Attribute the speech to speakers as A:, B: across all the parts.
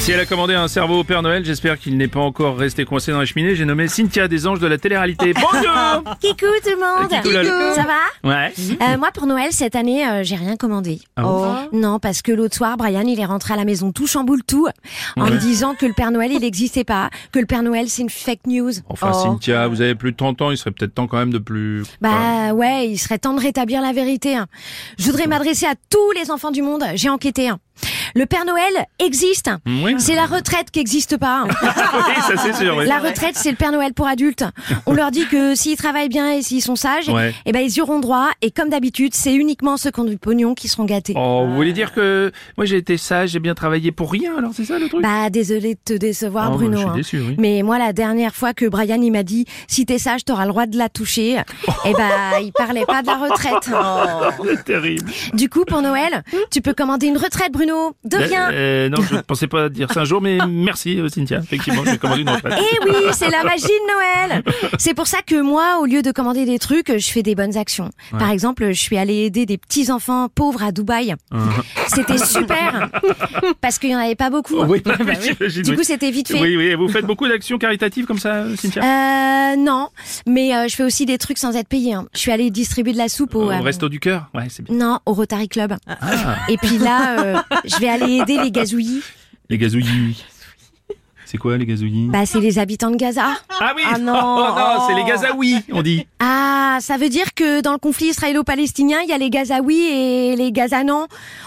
A: Si elle a commandé un cerveau au Père Noël, j'espère qu'il n'est pas encore resté coincé dans la cheminée. J'ai nommé Cynthia des Anges de la télé-réalité. Bonjour
B: Kikou tout le monde
A: Kikou, Kikou. lol.
B: Ça va
A: Ouais.
B: Euh, Moi pour Noël cette année euh, j'ai rien commandé. Oh.
A: Ah bon
B: Non parce que l'autre soir Brian il est rentré à la maison tout chamboule tout en me disant que le Père Noël il n'existait pas, que le Père Noël c'est une fake news. Oh.
A: Enfin, Cynthia, vous avez plus de 30 ans, il serait peut-être temps quand même de plus...
B: Bah ouais il serait temps de rétablir la vérité. hein. Je voudrais m'adresser à tous les enfants du monde, j'ai enquêté. hein. Le Père Noël existe.
A: Oui.
B: C'est la retraite qui n'existe pas. hein.
A: oui, ça c'est sûr. oui.
B: La retraite, c'est le Père Noël pour adultes. On leur dit que s'ils travaillent bien et s'ils sont sages,
A: Ouais.
B: eh ben ils y auront droit. Et comme d'habitude, c'est uniquement ceux qui ont du pognon qui seront gâtés.
A: Oh, vous voulez dire que moi j'ai été sage, j'ai bien travaillé pour rien, alors c'est ça le truc
B: Bah désolé de te décevoir,
A: Oh,
B: Bruno.
A: je suis
B: hein.
A: déçu, oui.
B: Mais moi, la dernière fois que Brian il m'a dit si t'es sage, t'auras le droit de la toucher. eh ben, il parlait pas de la retraite.
A: C'est terrible.
B: Du coup, pour Noël, tu peux commander une retraite, Bruno. De rien.
A: Euh, euh, non, je ne pensais pas dire ça un jour, mais merci euh, Cynthia. Effectivement, j'ai commandé une retraite.
B: Eh oui, c'est la magie de Noël. C'est pour ça que moi, au lieu de commander des trucs, je fais des bonnes actions. Par exemple, je suis allée aider des petits enfants pauvres à Dubaï. C'était super parce qu'il y en avait pas beaucoup.
A: Oh, oui, bah oui, j'imagine,
B: Ah, Du
A: oui.
B: coup, c'était vite fait.
A: Oui, oui, vous faites beaucoup d'actions caritatives comme ça, Cynthia
B: Euh, non, mais euh, je fais aussi des trucs sans être payée. hein. Je suis allée distribuer de la soupe au,
A: Au
B: euh,
A: resto du cœur Ouais, c'est bien. Ah.
B: non, au Rotary Club. Et puis là, euh, je vais aller aider les gazouillis.
A: Les gazouillis. C'est quoi les gazouillis
B: Bah, c'est les habitants de Gaza.
A: Ah oui
B: Ah non.
A: Oh non, c'est les Gazaouis, on dit.
B: Ah, ça veut dire que dans le conflit israélo-palestinien, il y a les Gazaouis et les Gazanans.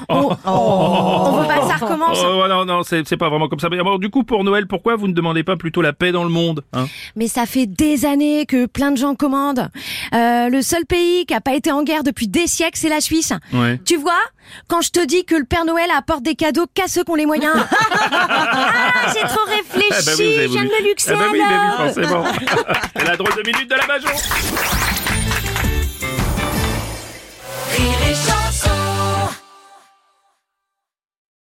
B: On, on veut pas que ça recommence.
A: Oh, ouais, non, non, c'est c'est pas vraiment comme ça. Mais alors, du coup, pour Noël, pourquoi vous ne demandez pas plutôt la paix dans le monde hein
B: Mais ça fait des années que plein de gens commandent. Euh, le seul pays qui a pas été en guerre depuis des siècles, c'est la Suisse.
A: Ouais.
B: Tu vois, quand je te dis que le Père Noël apporte des cadeaux qu'à ceux qui ont les moyens. ah, j'ai trop réfléchi,
A: Ah bah oui, Eh ben vous avez
B: je viens
A: voulu.
B: de me luxer
A: Ah bah oui, bah
B: alors.
A: oui, forcément. la drôle de minute de la Bajon